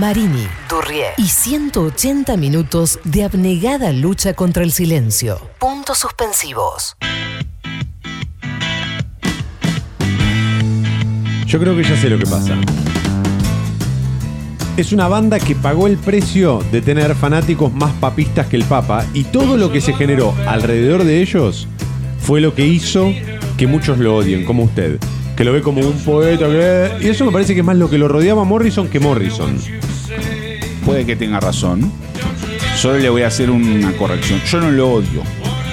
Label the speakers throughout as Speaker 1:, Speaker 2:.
Speaker 1: Marini, Durrié y 180 minutos de abnegada lucha contra el silencio. Puntos suspensivos.
Speaker 2: Yo creo que ya sé lo que pasa. Es una banda que pagó el precio de tener fanáticos más papistas que el Papa y todo lo que se generó alrededor de ellos fue lo que hizo que muchos lo odien, como usted, que lo ve como un poeta. que- Y eso me parece que es más lo que lo rodeaba a Morrison que Morrison.
Speaker 3: Puede que tenga razón. Solo le voy a hacer una corrección. Yo no lo odio.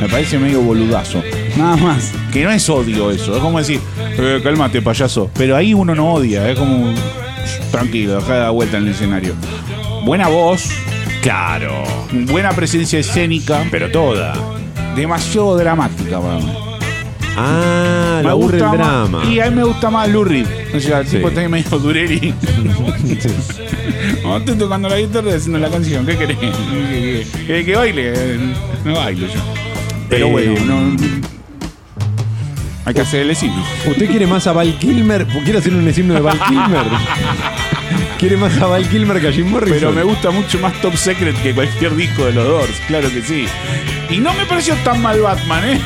Speaker 3: Me parece medio boludazo. Nada más. Que no es odio eso. Es como decir, "Eh, cálmate, payaso. Pero ahí uno no odia. Es como, "Shh, tranquilo, deja de dar vuelta en el escenario. Buena voz. Claro. Buena presencia escénica. Pero toda. Demasiado dramática para mí.
Speaker 2: Ah, la aburre el
Speaker 3: gusta más-
Speaker 2: drama.
Speaker 3: Y a mí me gusta más Lurid. O sea, el
Speaker 2: Sí.
Speaker 3: tipo está medio Durelli. No, estoy tocando la guitarra y haciendo la canción. ¿Qué querés? ¿Que, que- que baile? No bailo yo. Pero
Speaker 2: Eh,
Speaker 3: bueno, no- Hay que hacer el signo.
Speaker 2: ¿Usted quiere más a Val Kilmer? ¿Quiere hacer un himno de Val Kilmer? ¿Quiere más a Val Kilmer que a Jim Morrison?
Speaker 3: Pero me gusta mucho más Top Secret que cualquier disco de los Doors, claro que sí. Y no me pareció tan mal Batman, ¿eh?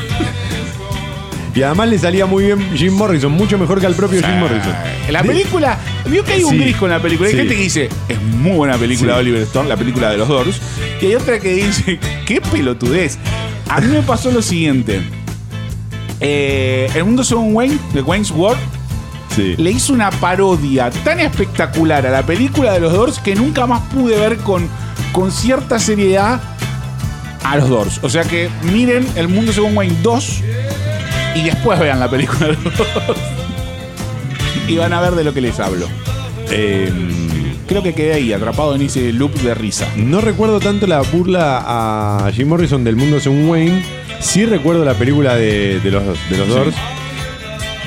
Speaker 2: Y además le salía muy bien Jim Morrison, mucho mejor que al propio
Speaker 3: Ah,
Speaker 2: Jim Morrison.
Speaker 3: La
Speaker 2: De-
Speaker 3: película, vio que hay un
Speaker 2: Sí.
Speaker 3: gris con la película. Hay
Speaker 2: Sí.
Speaker 3: gente que dice, es muy buena película
Speaker 2: Sí.
Speaker 3: de Oliver Stone, la película de los Doors. Y hay otra que dice, qué pelotudez. A mí me pasó lo siguiente. Eh, el mundo según Wayne, de Wayne's World,
Speaker 2: Sí.
Speaker 3: le hizo una parodia tan espectacular a la película de los Doors que nunca más pude ver con, con cierta seriedad a los Doors. O sea que miren El Mundo Según Wayne 2 y después vean la película de los Doors. Y van a ver de lo que les hablo. Em,
Speaker 2: Eh,
Speaker 3: Creo que quedé ahí, atrapado en ese loop de risa.
Speaker 2: no recuerdo tanto la burla a Jim Morrison del mundo según Wayne. Sí recuerdo la película de, de los, de los
Speaker 3: Sí.
Speaker 2: Doors.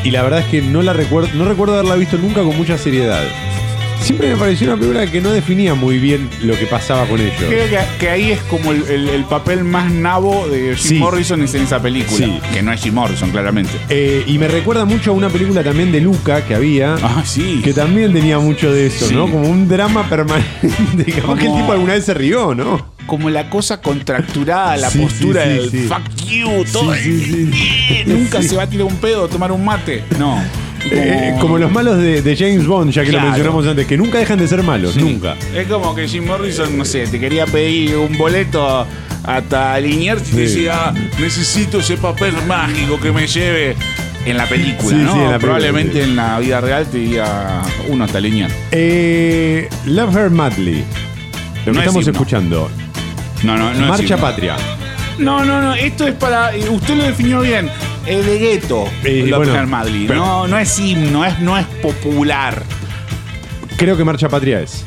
Speaker 2: Y la verdad es que no la recuerdo, no recuerdo haberla visto nunca con mucha seriedad. Siempre me pareció una película que no definía muy bien lo que pasaba con ellos.
Speaker 3: Creo que, que ahí es como el, el- el papel más nabo de Jim
Speaker 2: Sí.
Speaker 3: Morrison es en esa película.
Speaker 2: Sí.
Speaker 3: Que no es Jim Morrison, claramente.
Speaker 2: Eh, y me recuerda mucho a una película también de Luca que había.
Speaker 3: Ah, sí.
Speaker 2: Que también tenía mucho de eso,
Speaker 3: Sí.
Speaker 2: ¿no? Como un drama permanente. Capaz que el
Speaker 3: Como-
Speaker 2: tipo alguna vez se rió, ¿no?
Speaker 3: como la cosa contracturada, la
Speaker 2: Sí, sí,
Speaker 3: postura
Speaker 2: sí,
Speaker 3: del
Speaker 2: sí.
Speaker 3: fuck you, todo.
Speaker 2: Sí, sí, sí.
Speaker 3: Nunca
Speaker 2: Sí.
Speaker 3: se va a tirar un pedo, tomar un mate. No. Como,
Speaker 2: Eh, como los malos de, de James Bond, ya que
Speaker 3: Claro.
Speaker 2: lo mencionamos antes, que nunca dejan de ser malos,
Speaker 3: Sí.
Speaker 2: nunca.
Speaker 3: Es como que Jim Morrison, no sé, te quería pedir un boleto hasta Liniers y te
Speaker 2: Sí.
Speaker 3: decía, necesito ese papel mágico que me lleve. En la película,
Speaker 2: Sí,
Speaker 3: ¿no?
Speaker 2: sí, en la película,
Speaker 3: Probablemente
Speaker 2: sí.
Speaker 3: en la vida real te diga uno hasta Liniers.
Speaker 2: Eh, Love Her Madly. Lo que
Speaker 3: No es
Speaker 2: estamos
Speaker 3: himno.
Speaker 2: escuchando.
Speaker 3: No, no, no. es
Speaker 2: Marcha
Speaker 3: himno.
Speaker 2: Patria.
Speaker 3: No, no, no, esto es para. eh, Usted lo definió bien. El de gueto.
Speaker 2: Eh,
Speaker 3: Love
Speaker 2: bueno,
Speaker 3: Her Madly.
Speaker 2: pero-
Speaker 3: no, no es himno, es, no es popular.
Speaker 2: Creo que Marcha Patria es.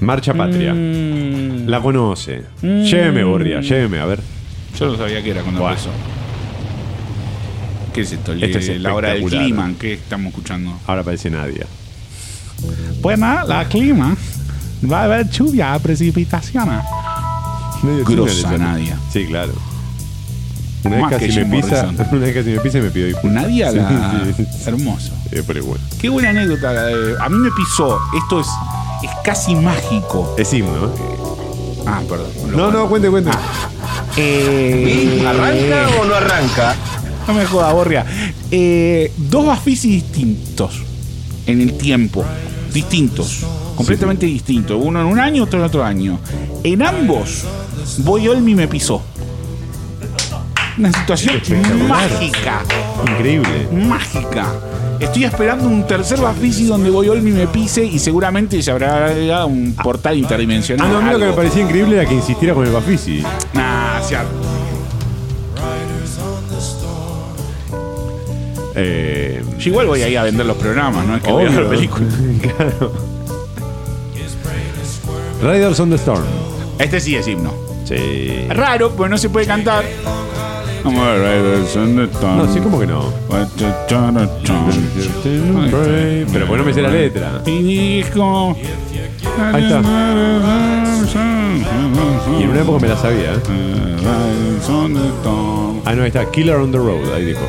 Speaker 2: Marcha Patria.
Speaker 3: Mm.
Speaker 2: La conoce. Lléveme, Borria, lléveme, a ver.
Speaker 3: Yo Mm. no pues, sabía que era cuando
Speaker 2: Buah.
Speaker 3: empezó. ¿Qué es esto?
Speaker 2: Esto es
Speaker 3: la hora del
Speaker 2: espectacular.
Speaker 3: clima. ¿Qué estamos escuchando? Ah.
Speaker 2: Ahora parece nadie.
Speaker 3: Bueno, la clima. Va a haber lluvia, precipitaciones.
Speaker 2: Medio
Speaker 3: Grosa
Speaker 2: chino le sale.
Speaker 3: Nadia.
Speaker 2: Sí, claro. Una vez,
Speaker 3: Más que
Speaker 2: casi me
Speaker 3: Jim
Speaker 2: pisa,
Speaker 3: Morrison.
Speaker 2: una vez casi me pisa y me pido disculpas.
Speaker 3: Nadia,
Speaker 2: Sí,
Speaker 3: la...
Speaker 2: sí, sí.
Speaker 3: hermoso.
Speaker 2: Eh, pero bueno.
Speaker 3: Qué buena anécdota. la de- A mí me pisó. Esto es, es casi mágico.
Speaker 2: Es himno, ¿eh?
Speaker 3: Ah, perdón.
Speaker 2: No, no, cuente, cuente.
Speaker 3: Ah. Eh,
Speaker 4: ¿Arranca o no arranca?
Speaker 3: No me joda, Borria. Eh, dos Bafisis distintos en el tiempo. Distintos. Completamente distintos. Uno en un año, otro en otro año. En ambos, Boy Olmi me pisó. Una situación
Speaker 2: Espectacular.
Speaker 3: mágica.
Speaker 2: Increíble.
Speaker 3: Mágica. Estoy esperando un tercer Bafisi donde Boy Olmi me pise y seguramente se habrá agregado un portal interdimensional.
Speaker 2: Ah, no, a mí lo que me
Speaker 3: algo.
Speaker 2: parecía increíble era que insistiera con el Bafisi.
Speaker 3: Nah, sea-
Speaker 2: Eh,
Speaker 3: yo igual voy ahí a vender los programas, ¿no? Es que voy a ver
Speaker 2: obvio.
Speaker 3: películas.
Speaker 2: claro. Raiders on the Storm.
Speaker 3: Este sí es himno.
Speaker 2: Sí.
Speaker 3: Raro, pues no se puede cantar. Vamos a ver,
Speaker 2: No, sí, ¿cómo que no? Pero bueno, me sé la letra.
Speaker 3: Y dijo.
Speaker 2: Ahí está. Y en una época me la sabía. ¿eh? Ah, no, ahí está. Killer on the Road, ahí dijo.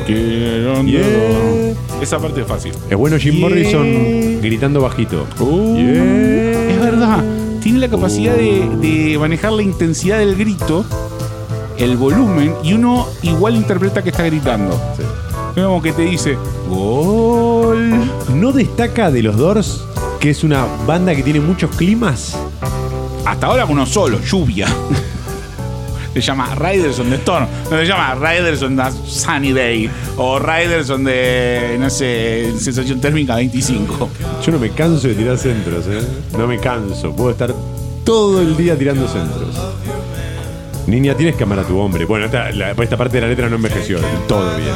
Speaker 2: Yeah.
Speaker 3: Esa parte es fácil.
Speaker 2: Es bueno Jim
Speaker 3: Yeah.
Speaker 2: Morrison gritando bajito.
Speaker 3: Uh, Es verdad. la capacidad de, de manejar la intensidad del grito, el volumen, y uno igual interpreta que está gritando. Es Como que te dice, gol.
Speaker 2: ¿No destaca de los Doors que es una banda que tiene muchos climas?
Speaker 3: Hasta ahora uno solo, lluvia. Se llama Riders on the Storm. No se llama Riders on the Sunny Day. O Riders on the, no sé, sensación térmica 25.
Speaker 2: Yo no me canso de tirar centros, ¿eh? No me canso. Puedo estar todo el día tirando centros. Niña, tienes que amar a tu hombre. Bueno, esta, la- esta parte de la letra no envejeció. del Todo bien.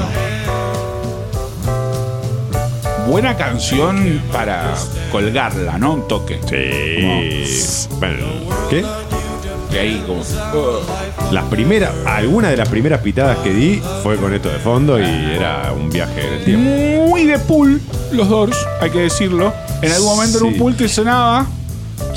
Speaker 3: Buena canción para colgarla, ¿no? Un toque.
Speaker 2: Sí. Bueno, ¿qué?
Speaker 3: Y ahí como...
Speaker 2: Las primeras, alguna de las primeras pitadas que di fue con esto de fondo y era un viaje en el tiempo.
Speaker 3: muy de pool los Doors, Eh, hay que decirlo. En algún momento en
Speaker 2: Sí.
Speaker 3: un pool te sonaba.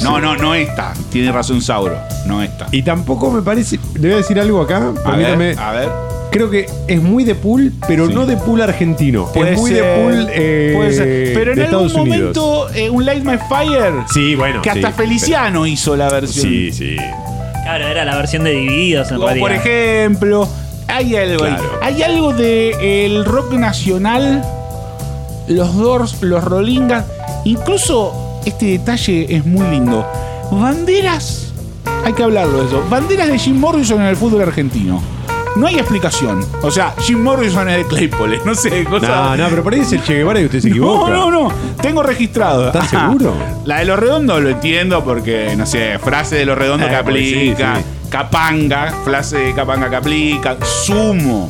Speaker 3: No, no, no esta. Tiene razón Sauro. No esta.
Speaker 2: Y tampoco me parece, le voy a decir algo acá,
Speaker 3: A
Speaker 2: permítame.
Speaker 3: ver, a ver.
Speaker 2: Creo que es muy de pool, pero
Speaker 3: Sí.
Speaker 2: no de pool argentino. es muy de pool eh,
Speaker 3: puede ser. Pero en
Speaker 2: de
Speaker 3: algún
Speaker 2: Estados Unidos.
Speaker 3: momento, eh, un Light My Fire.
Speaker 2: Sí, bueno.
Speaker 3: que hasta
Speaker 2: sí,
Speaker 3: Feliciano hizo la
Speaker 2: pero-
Speaker 3: versión.
Speaker 2: Sí, sí.
Speaker 5: Claro, era la versión de Divididos en
Speaker 3: O
Speaker 5: realidad.
Speaker 3: por ejemplo, hay algo ahí.
Speaker 2: Claro.
Speaker 3: Hay algo de el rock nacional, los Doors, los Rolingas. Incluso este detalle es muy lindo. Banderas, hay que hablarlo de eso. Banderas de Jim Morrison en el fútbol argentino. No hay explicación. O sea, Jim Morrison es de Claypole. No sé, cosa.
Speaker 2: No, no, pero por ahí es el Che Guevara y usted se equivoca.
Speaker 3: No, no, no. Tengo registrado.
Speaker 2: ¿Estás
Speaker 3: Ajá.
Speaker 2: seguro?
Speaker 3: La de los redondos lo entiendo porque, no sé, frase de los redondos
Speaker 2: Eh,
Speaker 3: que
Speaker 2: porque sí,
Speaker 3: aplica.
Speaker 2: sí.
Speaker 3: Capanga, frase de capanga que aplica. Sumo.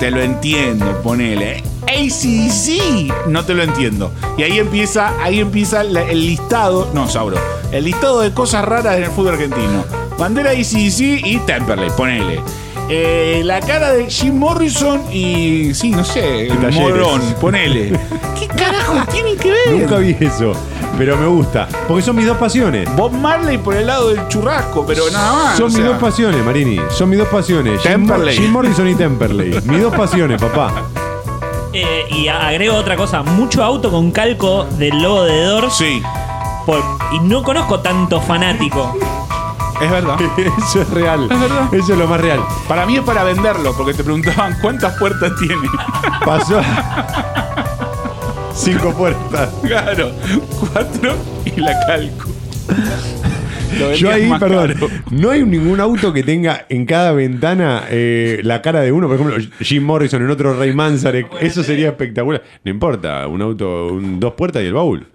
Speaker 3: Te lo entiendo, ponele. ACDC, no te lo entiendo. Y ahí empieza, ahí empieza la- el listado. No, Sauro. El listado de cosas raras en el fútbol argentino. Bandera ACDC y Temperley, ponele. Eh, la cara de Jim Morrison y. sí, no sé, el
Speaker 2: Talleres.
Speaker 3: morón, ponele. ¿Qué carajo tienen que ver?
Speaker 2: Nunca vi eso. Pero me gusta. Porque son mis dos pasiones.
Speaker 3: Bob Marley por el lado del churrasco, pero nada más.
Speaker 2: Son
Speaker 3: o
Speaker 2: mis
Speaker 3: sea,
Speaker 2: dos pasiones, Marini. Son mis dos pasiones. Jim, Mor-
Speaker 3: Temperley.
Speaker 2: Jim Morrison y Temperley. mis dos pasiones, papá.
Speaker 5: Eh, y a- agrego otra cosa, mucho auto con calco del logo de Doors.
Speaker 3: Sí,
Speaker 5: por- y no conozco tanto fanático.
Speaker 3: es verdad.
Speaker 2: Eso es real.
Speaker 3: Es verdad.
Speaker 2: Eso es lo más real.
Speaker 3: Para mí es para venderlo, porque te preguntaban cuántas puertas tiene.
Speaker 2: Pasó. Cinco puertas.
Speaker 3: claro, cuatro y la calco. Lo
Speaker 2: Yo
Speaker 3: vendían
Speaker 2: ahí,
Speaker 3: más
Speaker 2: perdón,
Speaker 3: caro.
Speaker 2: no hay ningún auto que tenga en cada ventana eh, la cara de uno. Por ejemplo, Jim Morrison en otro Ray Manzarek. Eso sería espectacular. No importa, un auto, un- dos puertas y el baúl.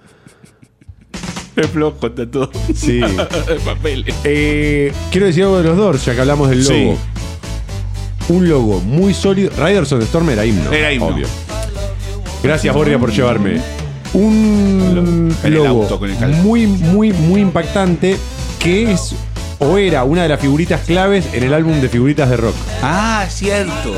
Speaker 3: Es flojo, está todo.
Speaker 2: Sí.
Speaker 3: de papeles.
Speaker 2: Eh, quiero decir algo de los Doors, ya que hablamos del
Speaker 3: Sí.
Speaker 2: logo. Un logo muy sólido. Riders on the Storm era himno.
Speaker 3: Era himno.
Speaker 2: Obvio. Gracias, Borgia, por llevarme. Un
Speaker 3: En el
Speaker 2: logo
Speaker 3: auto con el calco.
Speaker 2: muy, muy, muy impactante que es o era una de las figuritas claves en el álbum de figuritas de rock.
Speaker 3: Ah, cierto.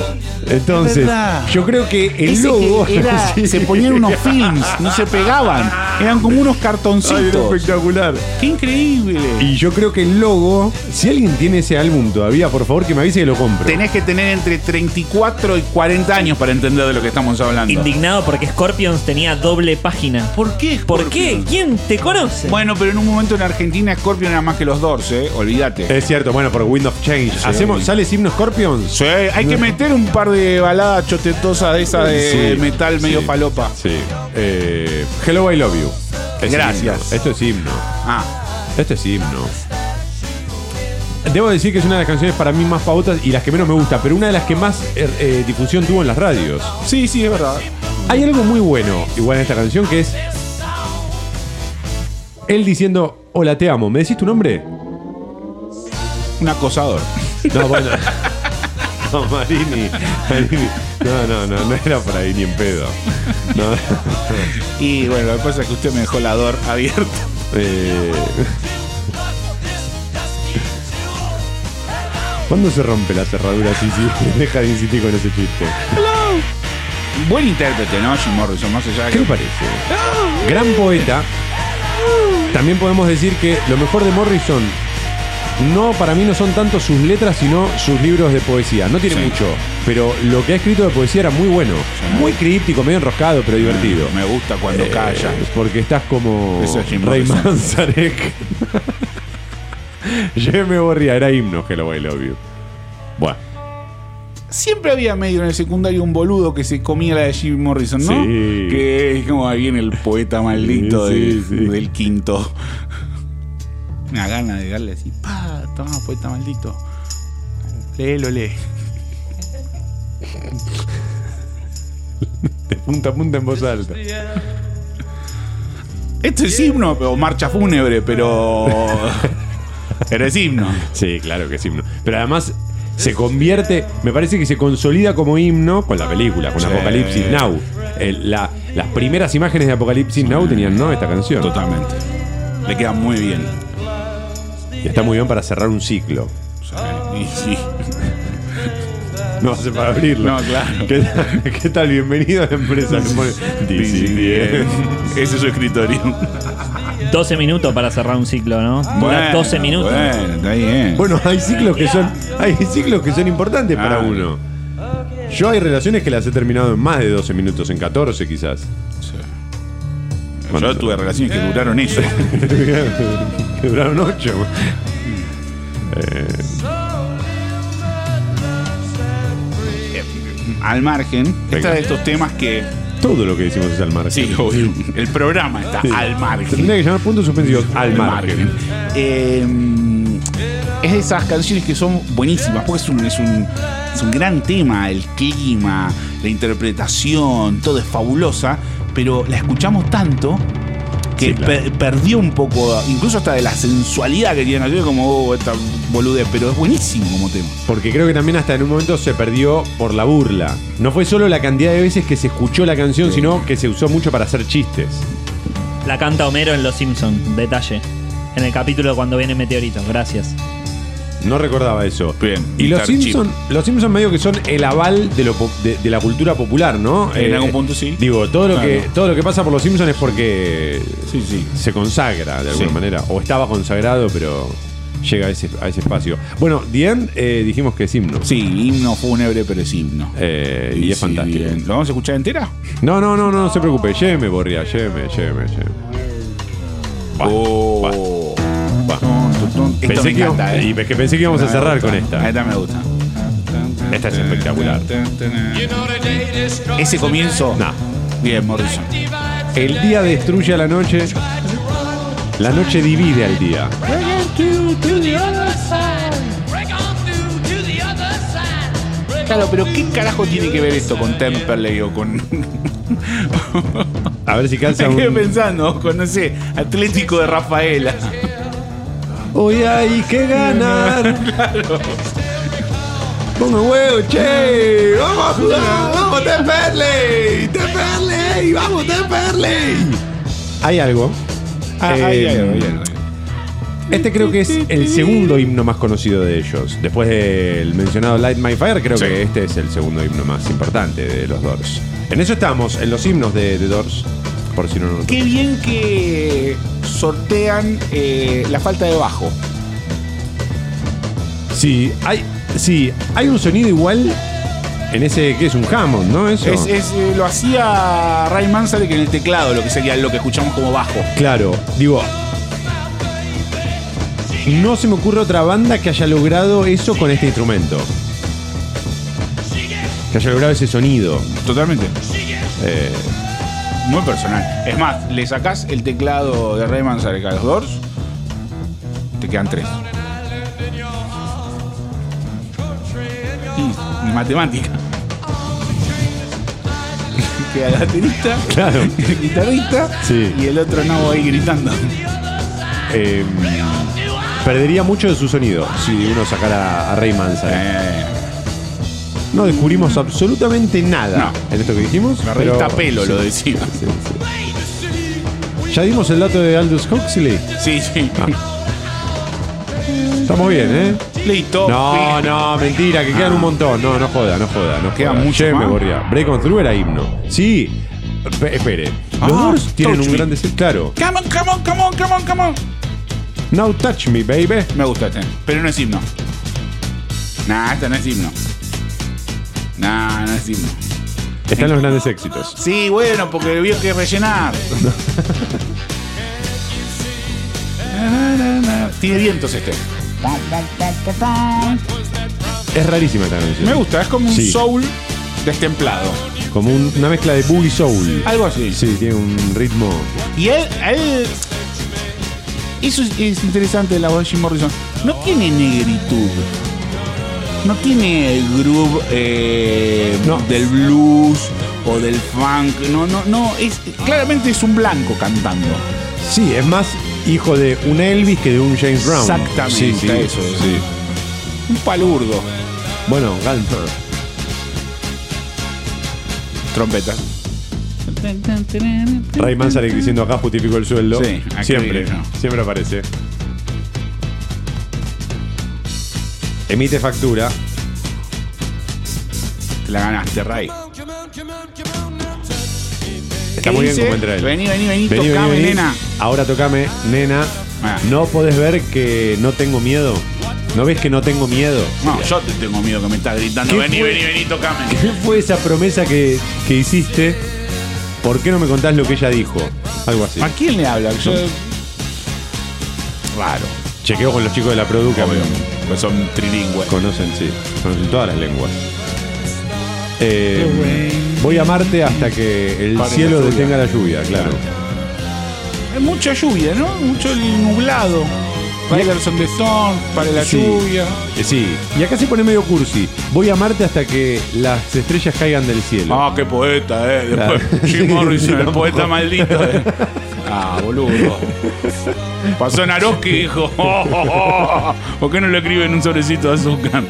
Speaker 3: Es
Speaker 2: Entonces,
Speaker 3: verdad.
Speaker 2: yo creo que el
Speaker 3: Ese
Speaker 2: logo
Speaker 3: que era-
Speaker 2: Sí.
Speaker 3: Se ponían unos films, no se pegaban. Eran como unos
Speaker 2: Ay, era
Speaker 3: cartoncitos.
Speaker 2: espectacular.
Speaker 3: Qué increíble.
Speaker 2: Y yo creo que el logo, si alguien tiene ese álbum todavía, por favor que me avise que lo compro.
Speaker 3: Tenés que tener entre 34 y 40 años para entender de lo que estamos hablando.
Speaker 5: Indignado porque Scorpions tenía doble página.
Speaker 3: ¿Por qué?
Speaker 5: ¿Por qué?
Speaker 3: Scorpion?
Speaker 5: ¿Quién te conoce?
Speaker 3: Bueno, pero en un momento en Argentina Scorpion era más que los Doors, ¿eh? Olvídate.
Speaker 2: Es cierto, bueno, por Wind of Change. Hacemos, ¿Sale Simno Scorpions?
Speaker 3: Sí, hay que meter un par de baladas chotetosas de esas de
Speaker 2: Sí,
Speaker 3: metal medio
Speaker 2: sí.
Speaker 3: palopa.
Speaker 2: Sí. Eh, Hello, I Love You. Es
Speaker 3: Gracias.
Speaker 2: himno. Esto es himno.
Speaker 3: Ah,
Speaker 2: Esto es himno. Debo decir que es una de las canciones para mí más pautas y las que menos me gusta, pero una de las que más eh, eh, difusión tuvo en las radios.
Speaker 3: sí, sí, es verdad.
Speaker 2: Hay algo muy bueno, igual en esta canción, que es él diciendo, hola, te amo, ¿me decís tu nombre?
Speaker 3: Un acosador.
Speaker 2: No, bueno. No, Marini. Marini. No, no, no, no era por ahí ni en pedo. No.
Speaker 3: Y bueno, lo que pasa es que usted me dejó la Dor abierta.
Speaker 2: Eh. ¿Cuándo se rompe la cerradura así? si Deja de insistir con ese chiste.
Speaker 3: Buen intérprete, ¿no? Jim Morrison, más allá de
Speaker 2: ¿Qué
Speaker 3: que...
Speaker 2: le parece? Gran poeta. También podemos decir que lo mejor de Morrison, no para mí no son tanto sus letras, sino sus libros de poesía. No tiene
Speaker 3: Sí.
Speaker 2: mucho, pero lo que ha escrito de poesía era muy bueno. Muy críptico, medio enroscado, pero divertido.
Speaker 3: Me gusta cuando
Speaker 2: Eh,
Speaker 3: calla.
Speaker 2: Porque estás como
Speaker 3: Eso es Jim
Speaker 2: Ray
Speaker 3: Morrison.
Speaker 2: Manzarek. Yo me borría, era himno Hello I Love You. Bueno,
Speaker 3: Siempre había medio en el secundario un boludo que se comía la de Jim Morrison, ¿no?
Speaker 2: Sí.
Speaker 3: Que es como ahí viene el poeta maldito
Speaker 2: Sí,
Speaker 3: del,
Speaker 2: sí.
Speaker 3: del quinto. Una gana de darle así, pa, toma poeta maldito. Léelo, lee.
Speaker 2: de punta a punta en voz alta.
Speaker 3: Esto es himno, o marcha fúnebre, pero. pero es himno.
Speaker 2: Sí, claro que es himno. Pero además se convierte, me parece que se consolida como himno con la película, con
Speaker 3: Sí.
Speaker 2: Apocalipsis Now. El- la- las primeras imágenes de Apocalipsis Now tenían no esta canción.
Speaker 3: Totalmente. Le queda muy bien.
Speaker 2: Y está muy bien para cerrar un ciclo. Ah.
Speaker 3: Y sí.
Speaker 2: No hace para abrirlo.
Speaker 3: No, claro.
Speaker 2: ¿Qué tal? qué tal? Bienvenido a la empresa. que pone- This is the end.
Speaker 3: Ese es su escritorio.
Speaker 5: 12 minutos para cerrar un ciclo, ¿no? Dura 12 minutos.
Speaker 3: Ah, Bueno, está bien.
Speaker 2: Bueno, hay ciclos que son, hay ciclos que son importantes para
Speaker 3: Ah.
Speaker 2: uno. Yo hay relaciones que las he terminado en más de 12 minutos, en 14 quizás.
Speaker 3: Yo tuve relaciones que duraron eso.
Speaker 2: que duraron 8.
Speaker 3: Al margen,
Speaker 2: Venga.
Speaker 3: esta de estos temas que.
Speaker 2: Todo lo que decimos es al margen.
Speaker 3: Sí, obvio. El programa está
Speaker 2: Sí.
Speaker 3: al margen.
Speaker 2: Tendría que llamar puntos suspensivos al
Speaker 3: Al
Speaker 2: margen.
Speaker 3: margen. Eh, es de esas canciones que son buenísimas, porque es un, es un, es un gran tema, el clima, la interpretación, todo es fabulosa, pero la escuchamos tanto que
Speaker 2: Sí, claro.
Speaker 3: per- perdió un poco, incluso hasta de la sensualidad que tiene la canción, como oh, esta boludez, pero es buenísimo como tema.
Speaker 2: Porque creo que también hasta en un momento se perdió por la burla. No fue solo la cantidad de veces que se escuchó la canción, sino que se usó mucho para hacer chistes.
Speaker 5: La canta Homero en Los Simpsons, detalle. En el capítulo cuando viene Meteorito, gracias.
Speaker 2: No recordaba eso.
Speaker 3: Bien.
Speaker 2: Y los
Speaker 3: Mr. Chip.
Speaker 2: Simpson, los Simpson medio que son el aval de, lo po- de- de la cultura popular, ¿no? Eh,
Speaker 3: En algún punto sí.
Speaker 2: Digo, todo lo,
Speaker 3: Claro.
Speaker 2: que, todo lo que pasa por los Simpsons es porque
Speaker 3: Sí, sí.
Speaker 2: se consagra de alguna
Speaker 3: Sí.
Speaker 2: manera. O estaba consagrado, pero llega a ese, a ese espacio. Bueno, Dien dijimos que es himno.
Speaker 3: Sí, himno fúnebre, pero es himno.
Speaker 2: Eh, y es
Speaker 3: Sí,
Speaker 2: fantástico.
Speaker 3: bien. ¿Lo vamos a escuchar entera?
Speaker 2: No, no, no, no, no se preocupe. Lléveme, Borria, lléveme, lléveme, lléveme. Va,
Speaker 3: Oh.
Speaker 2: va.
Speaker 3: Esto
Speaker 2: Pensé
Speaker 3: me
Speaker 2: que íbamos-
Speaker 3: encanta, ¿eh?
Speaker 2: y es que pensé que íbamos a
Speaker 3: Esta me
Speaker 2: cerrar
Speaker 3: gusta.
Speaker 2: con esta.
Speaker 3: Esta me gusta.
Speaker 2: Esta es espectacular.
Speaker 3: Ese comienzo.
Speaker 2: No.
Speaker 3: Bien, Morrison.
Speaker 2: El día destruye a la noche. La noche divide al día.
Speaker 3: Claro, pero ¿qué carajo tiene que ver esto con Temperley o con.
Speaker 2: A ver si calza
Speaker 3: Me quedé
Speaker 2: un.
Speaker 3: pensando, con no sé, Atlético de Rafaela.
Speaker 2: Hoy hay que ganar. Pongo huevo, che. Vamos a jugar. Vamos, Temperley. Temperley. Vamos, Temperley. Hay algo.
Speaker 3: Ah, ahí,
Speaker 2: Eh,
Speaker 3: ahí, ahí, ahí.
Speaker 2: Este creo que es el segundo himno más conocido de ellos. Después del mencionado Light My Fire, creo
Speaker 3: Sí.
Speaker 2: que este es el segundo himno más importante de los Doors. En eso estamos, en los himnos de, de Doors, por si no lo
Speaker 3: Qué bien que sortean eh, la falta de bajo.
Speaker 2: Sí, hay, sí, hay un sonido igual en ese que es un Hammond, ¿no? Eso.
Speaker 3: Es, es, eh, lo hacía Ray Manzarek en el teclado, lo que sería lo que escuchamos como bajo.
Speaker 2: Claro, digo. No se me ocurre otra banda que haya logrado eso con este instrumento. Que haya logrado ese sonido.
Speaker 3: Totalmente.
Speaker 2: Eh,
Speaker 3: Muy personal. Es más, le sacás el teclado de Ray Manzarek a los Doors, te quedan tres. Y matemática. Queda el baterista,
Speaker 2: claro.
Speaker 3: el guitarrista
Speaker 2: Sí.
Speaker 3: y el otro no ahí gritando.
Speaker 2: Eh, perdería mucho de su sonido si uno sacara a Ray Manzarek.
Speaker 3: Eh,
Speaker 2: No descubrimos absolutamente nada
Speaker 3: No.
Speaker 2: en esto que dijimos.
Speaker 3: la
Speaker 2: pero-
Speaker 3: revista Pelo lo
Speaker 2: Sí,
Speaker 3: decía.
Speaker 2: sí, sí. Ya dimos el dato de Aldous Huxley.
Speaker 3: Sí, sí.
Speaker 2: Estamos bien, ¿eh?
Speaker 3: Listo.
Speaker 2: No,
Speaker 3: fin.
Speaker 2: no, mentira, que quedan un montón. No, no joda, no joda. No
Speaker 3: Queda
Speaker 2: joda.
Speaker 3: mucho
Speaker 2: Che, me
Speaker 3: más.
Speaker 2: borría. Break on through era himno. Sí. Pe- espere. Los
Speaker 3: Ah,
Speaker 2: Doors tienen
Speaker 3: touch
Speaker 2: un
Speaker 3: me.
Speaker 2: gran deseo. Claro.
Speaker 3: Come on, come on, come on, come on, come on.
Speaker 2: Now touch me, baby.
Speaker 3: Me gusta este, pero no es himno. Nah, este no es himno. Nah, no es himno.
Speaker 2: Están los grandes éxitos.
Speaker 3: Sí, bueno, porque vio que rellenar. Bueno, tiene vientos este. Pam, pam, pam, pam, pam.
Speaker 2: Es rarísima esta canción.
Speaker 3: Me gusta, es como un
Speaker 2: Sí.
Speaker 3: soul destemplado.
Speaker 2: Como un- una mezcla de boogie soul.
Speaker 3: Algo así.
Speaker 2: Sí, tiene un ritmo.
Speaker 3: Y él, a él- Eso es, es interesante de la voz de Jim Morrison. No tiene negritud. No tiene groove eh,
Speaker 2: No.
Speaker 3: del blues o del funk. No, no, no. Es, claramente es un blanco cantando.
Speaker 2: Sí, es más hijo de un Elvis que de un James Brown.
Speaker 3: Exactamente.
Speaker 2: Sí, sí.
Speaker 3: eso, eh. sí. Un palurdo.
Speaker 2: Bueno, Galper.
Speaker 3: Trompeta.
Speaker 2: Ray Manzarek diciendo acá justificó el sueldo.
Speaker 3: Sí, acá
Speaker 2: siempre,
Speaker 3: digo,
Speaker 2: siempre aparece. Emite factura.
Speaker 3: Te la ganaste, Ray.
Speaker 2: Está muy bien como entra él.
Speaker 3: Vení, vení, vení,
Speaker 2: Vení,
Speaker 3: tocame,
Speaker 2: vení, vení.
Speaker 3: nena.
Speaker 2: Ahora tocame, nena.
Speaker 3: Ah.
Speaker 2: ¿No podés ver que no tengo miedo? ¿No ves que no tengo miedo?
Speaker 3: No, yo te tengo miedo que me estás gritando.
Speaker 2: ¿Qué
Speaker 3: Vení,
Speaker 2: fue?
Speaker 3: vení, vení, tocame.
Speaker 2: ¿Qué fue esa promesa que, que hiciste? ¿Por qué no me contás lo que ella dijo? Algo así.
Speaker 3: ¿A quién le habla? Yo... Raro.
Speaker 2: Chequeo con los chicos de la Produca.
Speaker 3: Obvio. Pues son trilingües.
Speaker 2: Conocen, sí. Conocen todas las lenguas. Eh, voy a amarte hasta que el
Speaker 3: Pare la
Speaker 2: cielo
Speaker 3: lluvia.
Speaker 2: detenga la lluvia, claro.
Speaker 3: Hay mucha lluvia, ¿no? Mucho nublado. Riders on the Storm, para la
Speaker 2: Sí.
Speaker 3: lluvia.
Speaker 2: Eh, sí. Y acá se pone medio cursi. Voy a amarte hasta que las estrellas caigan del cielo.
Speaker 3: Ah, qué poeta, eh. Después
Speaker 2: Claro.
Speaker 3: Jim
Speaker 2: Sí,
Speaker 3: Morrison, el
Speaker 2: tampoco.
Speaker 3: poeta maldito. eh. Ah, boludo. Pasó Naroski y dijo, "Oh, oh, oh, ¿por qué no le escriben un sobrecito de azúcar?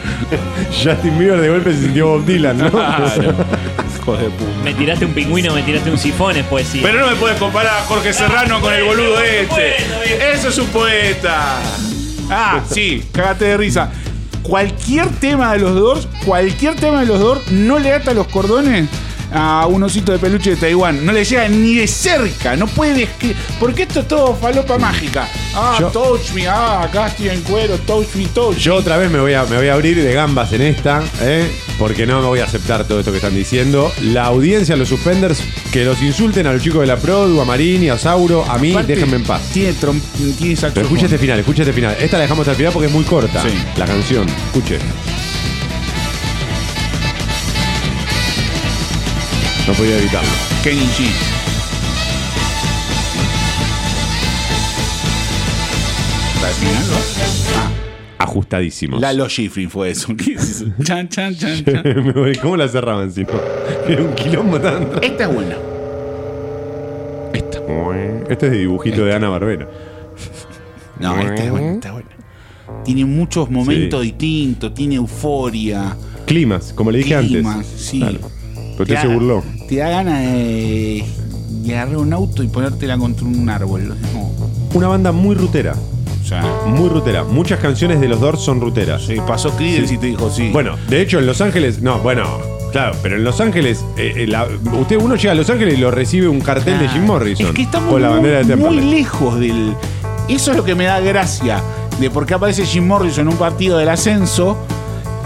Speaker 2: Justin Bieber de golpe se sintió Bob Dylan, ¿no?
Speaker 3: Claro. Hijo de puta.
Speaker 5: Me tiraste un pingüino, me tiraste un sifón, es poesía.
Speaker 3: Pero no me puedes comparar a Jorge Serrano con el boludo este. Eso es un poeta. Ah, sí, cagate de risa. Cualquier tema de los Doors, cualquier tema de los Doors, no le ata los cordones a un osito de peluche de Taiwán. No le llega ni de cerca. No puede descri- Porque esto es todo falopa mágica. Ah,
Speaker 2: Yo-
Speaker 3: touch me. Ah, acá estoy en cuero. Touch me, touch.
Speaker 2: Yo otra vez me voy, a, me voy a abrir de gambas en esta, ¿eh? porque no me voy a aceptar todo esto que están diciendo. La audiencia, los suspenders, que los insulten a los chicos de la Produ, a Marini, a Sauro, a mí,
Speaker 3: Aparte,
Speaker 2: déjenme en paz.
Speaker 3: Tiene, trom- tiene saxofón.
Speaker 2: Pero escuche este final, escuche este final. Esta la dejamos hasta el final porque es muy corta.
Speaker 3: Sí.
Speaker 2: La canción, escuche. No podía evitarlo.
Speaker 3: Kenny G. ¿La final, no?
Speaker 2: Ajustadísimos.
Speaker 3: Lalo Schifrin fue eso. ¿Qué es eso? Chan, chan, chan, chan.
Speaker 2: Me voy- ¿Cómo la cerraban si no? Era un quilombo tan.
Speaker 3: Esta es buena. Esta.
Speaker 2: Este es de dibujito de Ana Barbera.
Speaker 3: No, esta es buena, esta es buena. Tiene muchos momentos distintos, tiene euforia.
Speaker 2: Climas, como le dije
Speaker 3: Climas,
Speaker 2: antes.
Speaker 3: sí.
Speaker 2: Pero usted se
Speaker 3: da-
Speaker 2: burló.
Speaker 3: Te da ganas de, de agarrar un auto y ponértela contra un árbol. No,
Speaker 2: Una banda muy rutera.
Speaker 3: o sea,
Speaker 2: Muy rutera. Muchas canciones de los Doors son ruteras.
Speaker 3: sí, pasó Creedence y te dijo sí.
Speaker 2: Bueno, de hecho en Los Ángeles, no, bueno, claro, pero en Los Ángeles, eh, eh, la- usted uno llega a Los Ángeles y lo recibe un cartel de Jim Morrison
Speaker 3: Es que estamos
Speaker 2: o la bandera de
Speaker 3: muy, muy
Speaker 2: Temple.
Speaker 3: lejos del. Eso es lo que me da gracia. De por qué aparece Jim Morrison en un partido del ascenso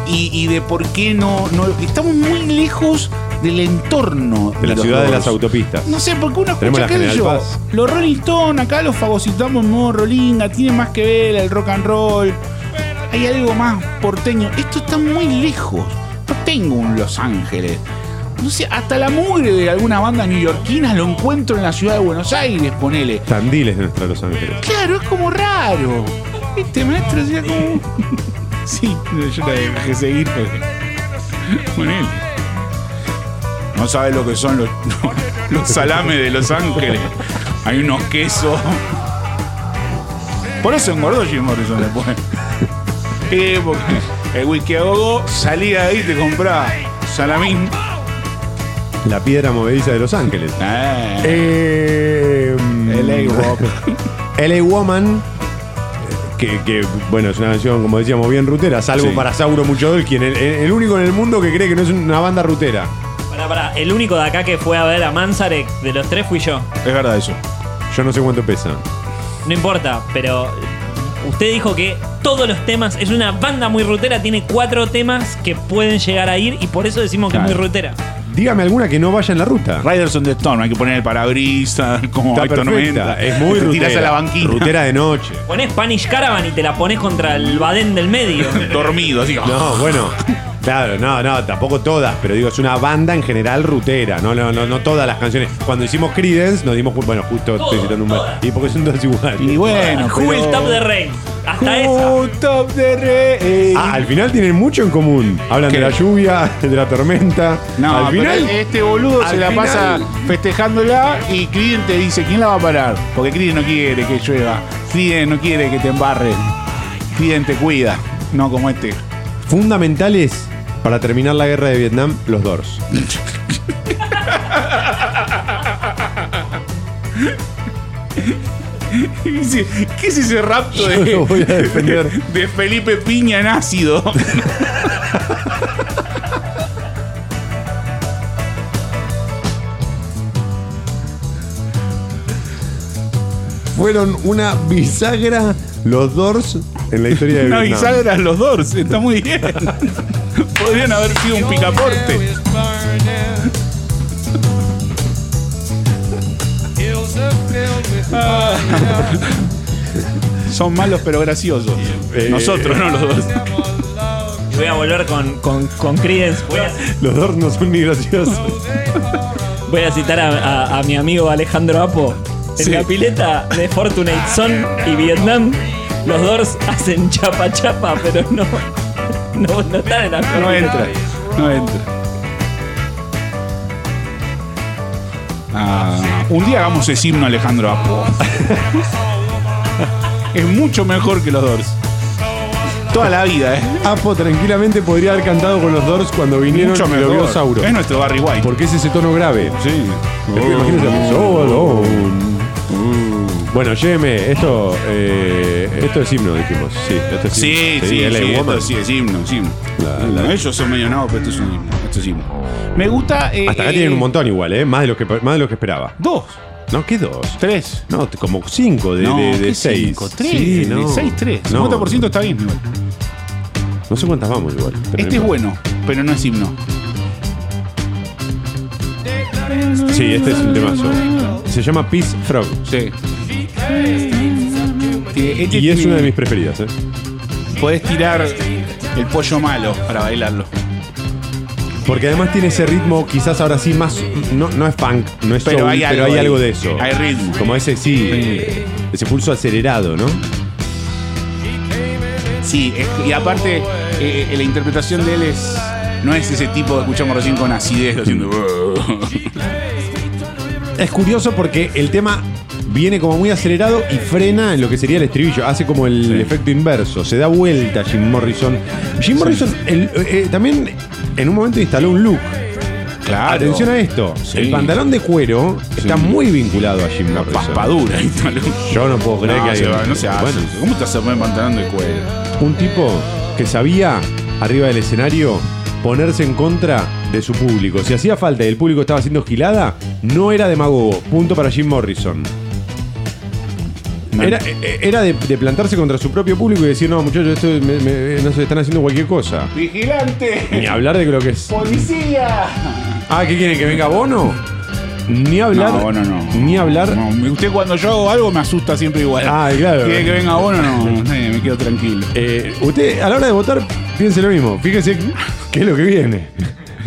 Speaker 3: y, y de por qué no, no. Estamos muy lejos del entorno.
Speaker 2: de la
Speaker 3: los
Speaker 2: ciudad de
Speaker 3: Doors.
Speaker 2: las autopistas.
Speaker 3: No sé, porque uno
Speaker 2: Tenemos
Speaker 3: escucha
Speaker 2: la
Speaker 3: qué sé
Speaker 2: General
Speaker 3: yo.
Speaker 2: Paz.
Speaker 3: Los Rolling Stones, acá los fagocitamos en modo Rollinga, tiene más que ver el rock and roll. Hay algo más porteño. Esto está muy lejos. No tengo un Los Ángeles. No sé, hasta la mugre de alguna banda neoyorquina lo encuentro en la ciudad de Buenos Aires, ponele.
Speaker 2: Tandiles de nuestra Los Ángeles.
Speaker 3: Claro, es como raro. Este maestro decía como. sí, yo la dejé seguir
Speaker 2: pues.
Speaker 3: porque. Ponele. No sabe lo que son los, los salames de Los Ángeles. Hay unos quesos. Por eso engordó Jim Morrison después. Eh, porque el whisky a gogo salía de ahí y te compraba salamín.
Speaker 2: La piedra movediza de Los Ángeles.
Speaker 3: Eh,
Speaker 2: Eh,
Speaker 3: LA Rock.
Speaker 2: LA Woman. Que, que, bueno, es una canción, como decíamos, bien rutera, salvo
Speaker 3: Sí.
Speaker 2: para Sauro Muchodol, quien el, el único en el mundo que cree que no es una banda rutera.
Speaker 5: Pará, pará, el único de acá que fue a ver a Manzarek de los tres fui yo.
Speaker 3: Es verdad eso.
Speaker 2: Yo no sé cuánto pesa.
Speaker 5: No importa, pero usted dijo que todos los temas, es una banda muy rutera, tiene cuatro temas que pueden llegar a ir y por eso decimos que
Speaker 3: Claro.
Speaker 5: es muy rutera.
Speaker 2: Dígame alguna que no vaya en la ruta.
Speaker 3: Riders on the Storm, hay que poner el parabrisas, como
Speaker 2: Está
Speaker 3: hay tormenta.
Speaker 2: perfecta. Es muy
Speaker 3: Te
Speaker 2: rutera.
Speaker 3: tirás a la banquina.
Speaker 2: Rutera de noche.
Speaker 5: Ponés Spanish Caravan y te la pones contra el Badén del medio.
Speaker 3: Dormido, así.
Speaker 2: No, bueno. Claro, no, no, tampoco todas, pero digo, es una banda en general rutera, no, no, no, no todas las canciones. Cuando hicimos Creedence nos dimos cu- bueno, justo estoy citando un mal. Y porque son todas iguales.
Speaker 3: Y bueno,
Speaker 5: Who will
Speaker 3: pero-
Speaker 5: top the rain? Hasta esa.
Speaker 3: Who top the rain.
Speaker 2: Ah, al final tienen mucho en común. Hablan
Speaker 3: ¿Qué?
Speaker 2: de la lluvia, de la tormenta.
Speaker 3: No,
Speaker 2: al
Speaker 3: pero
Speaker 2: final.
Speaker 3: este boludo se
Speaker 2: al
Speaker 3: la
Speaker 2: final-
Speaker 3: pasa festejándola y Creed te dice, ¿quién la va a parar? Porque Creed no quiere que llueva, Creed no quiere que te embarren, Creed te cuida, no como este.
Speaker 2: Fundamentales para terminar la guerra de Vietnam, los Doors.
Speaker 3: Dice, ¿Qué es ese rapto
Speaker 2: Yo
Speaker 3: de,
Speaker 2: lo voy a defender.
Speaker 3: de Felipe Piña en ácido?
Speaker 2: Fueron una bisagra los Doors en la historia de
Speaker 3: Una
Speaker 2: Vietnam.
Speaker 3: bisagra a los Doors, está muy bien. Podrían haber sido un picaporte. Ah. Son malos pero graciosos.
Speaker 2: Eh,
Speaker 3: Nosotros, no los dos.
Speaker 5: Y voy a volver con, con, con Creedence. Voy a,
Speaker 2: Los Doors no son ni graciosos.
Speaker 5: voy a citar a, a- a mi amigo Alejandro Apo. En
Speaker 3: Sí.
Speaker 5: la pileta de Fortunate Son y Vietnam, los Doors hacen chapa chapa, pero no, no, no están en la
Speaker 3: No entra, no entra. Ah, un día hagamos ese himno Alejandro Apo. es mucho mejor que los Doors. Toda la vida, ¿eh?
Speaker 2: Apo tranquilamente podría haber cantado con los Doors cuando vinieron
Speaker 3: Mucho
Speaker 2: y lo vio
Speaker 3: mejor.
Speaker 2: Sauro.
Speaker 3: Es Oh. nuestro Barry White.
Speaker 2: Porque es ese tono grave.
Speaker 3: Sí.
Speaker 2: Es que imagínate, "So alone". Bueno, lléveme, esto, eh, esto es himno, dijimos. Sí, esto es
Speaker 3: Sí,
Speaker 2: himno.
Speaker 3: sí, sí,
Speaker 2: LA Woman.
Speaker 3: esto sí, es himno, es himno.
Speaker 2: La- la-
Speaker 3: Ellos son medio no, pero esto es un himno. Esto es himno. Me gusta. eh,
Speaker 2: Hasta acá
Speaker 3: eh,
Speaker 2: tienen un montón igual, ¿eh? Más de lo que, más de lo que esperaba.
Speaker 3: Dos,
Speaker 2: No, ¿qué dos?
Speaker 3: tres.
Speaker 2: No, t- como cinco de,
Speaker 3: no,
Speaker 2: de, de
Speaker 3: ¿qué
Speaker 2: seis.
Speaker 3: cinco? Tres,
Speaker 2: Sí,
Speaker 3: de
Speaker 2: no.
Speaker 3: seis, tres.
Speaker 2: No,
Speaker 3: 50% está bien. igual.
Speaker 2: no sé cuántas vamos igual. pero no
Speaker 3: Este es
Speaker 2: importa.
Speaker 3: bueno, pero no es himno.
Speaker 2: Sí, este es un temazo. Se llama Peace Frog.
Speaker 3: Sí. Este
Speaker 2: Y es
Speaker 3: tiene-
Speaker 2: una de mis preferidas, ¿eh?
Speaker 3: Podés tirar el pollo malo para bailarlo.
Speaker 2: Porque además tiene ese ritmo, quizás ahora sí más. No, no es funk, no es
Speaker 3: Pero
Speaker 2: soul,
Speaker 3: hay
Speaker 2: pero
Speaker 3: algo
Speaker 2: hay
Speaker 3: ahí.
Speaker 2: algo de eso.
Speaker 3: Hay ritmo.
Speaker 2: Como ese, sí. Ese pulso acelerado, ¿no?
Speaker 3: Sí, es que- y aparte, eh, la interpretación de él es. No es ese tipo que escuchamos recién con acidez
Speaker 2: Mm.
Speaker 3: haciendo. "Oh,
Speaker 2: Es curioso porque el tema viene como muy acelerado y frena en lo que sería el estribillo. Hace como el efecto inverso. Se da vuelta Jim Morrison. Jim Morrison el- eh, también en un momento instaló un look.
Speaker 3: Claro.
Speaker 2: Atención a esto.
Speaker 3: Sí.
Speaker 2: El pantalón de cuero está
Speaker 3: Sí.
Speaker 2: muy vinculado a Jim Morrison.
Speaker 3: Paspadura. Ítalo.
Speaker 2: Yo no puedo creer que
Speaker 3: No, se
Speaker 2: alguien-
Speaker 3: va, no se hace.
Speaker 2: Bueno,
Speaker 3: ¿Cómo te vas a poner pantalón de cuero?
Speaker 2: un tipo que sabía arriba del escenario ponerse en contra de su público. Si hacía falta y el público estaba haciendo gilada, no era demagogo. Punto para Jim Morrison. Era, eh, era de, de plantarse contra su propio público y decir, no, muchachos, esto me- me- eh, no sé, están haciendo cualquier cosa. Ni
Speaker 3: ¡Vigilante!
Speaker 2: hablar de lo que es.
Speaker 3: ¡Policía!
Speaker 2: Ah, ¿qué quieren? ¿Que venga Bono? Ni hablar.
Speaker 3: No, Bono no.
Speaker 2: Ni hablar.
Speaker 3: No, me- usted cuando yo hago algo me asusta siempre igual.
Speaker 2: Ah, claro.
Speaker 3: ¿Quiere que venga Bono? No, eh, me quedo tranquilo.
Speaker 2: Eh, usted, a la hora de votar, piense lo mismo. Fíjese qué es lo que viene.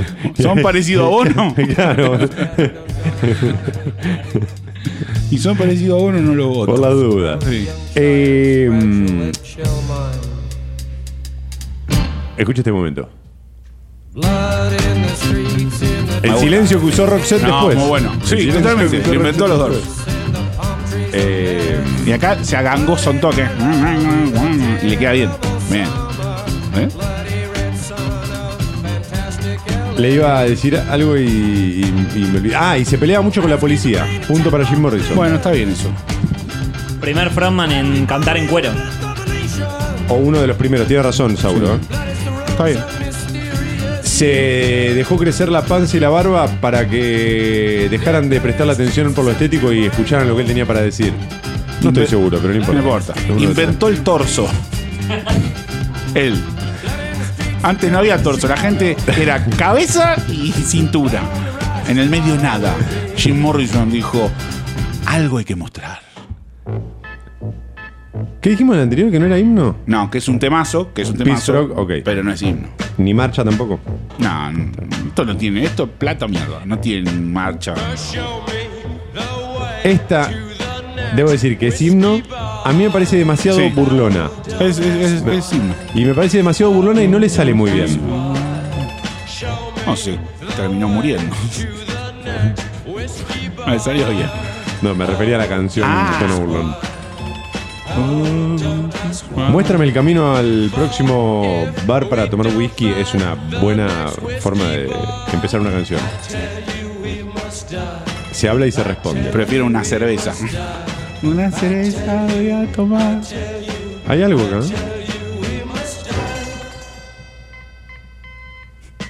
Speaker 3: Son parecidos a Bono
Speaker 2: claro,
Speaker 3: y son parecidos a Bono no lo voto.
Speaker 2: por la duda.
Speaker 3: Sí.
Speaker 2: Eh, mm. escucha este momento. El silencio que usó Roxette
Speaker 3: No,
Speaker 2: después.
Speaker 3: muy bueno.
Speaker 2: El
Speaker 3: Sí,
Speaker 2: silencio
Speaker 3: totalmente.
Speaker 2: que usó
Speaker 3: Lo inventó los
Speaker 2: Roxette
Speaker 3: dos.
Speaker 2: después. Eh,
Speaker 3: Y acá se agangó son toque. Y le queda bien. Bien. ¿Eh?
Speaker 2: le iba a decir algo y, y- y me olvidé. Ah, y se peleaba mucho con la policía. Punto para Jim Morrison.
Speaker 3: Bueno, está bien eso.
Speaker 5: Primer frontman en cantar en cuero.
Speaker 2: O uno de los primeros. Tiene razón, Sauro. ¿eh?
Speaker 3: Está bien.
Speaker 2: Se dejó crecer la panza y la barba para que dejaran de prestar la atención por lo estético y escucharan lo que él tenía para decir. No estoy
Speaker 3: Inve-
Speaker 2: seguro, pero no importa.
Speaker 3: No importa.
Speaker 2: Seguro
Speaker 3: Inventó el torso. Él. Antes no había torso, la gente era cabeza y cintura. En el medio nada. Jim Morrison dijo, algo hay que mostrar.
Speaker 2: ¿Qué dijimos en el anterior que no era himno?
Speaker 3: No, que es un temazo, que es un
Speaker 2: Peace
Speaker 3: temazo,
Speaker 2: Rock, ok.
Speaker 3: pero no es himno.
Speaker 2: Ni marcha tampoco.
Speaker 3: No, no, esto no tiene, esto es plata mierda, no tiene marcha.
Speaker 2: Esta, debo decir que es himno, a mí me parece demasiado
Speaker 3: Sí.
Speaker 2: burlona.
Speaker 3: Es, es- es- es himno.
Speaker 2: Y me parece demasiado burlona y no le sale muy bien.
Speaker 3: No sé, terminó muriendo. Me salió bien.
Speaker 2: No, me refería a la canción
Speaker 3: Ah.
Speaker 2: tono burlón. Muéstrame el camino al próximo bar para tomar whisky. Es una buena forma de empezar una canción. Se habla y se responde.
Speaker 3: Prefiero una cerveza. Una cerveza voy a tomar.
Speaker 2: Hay algo acá. ¿no?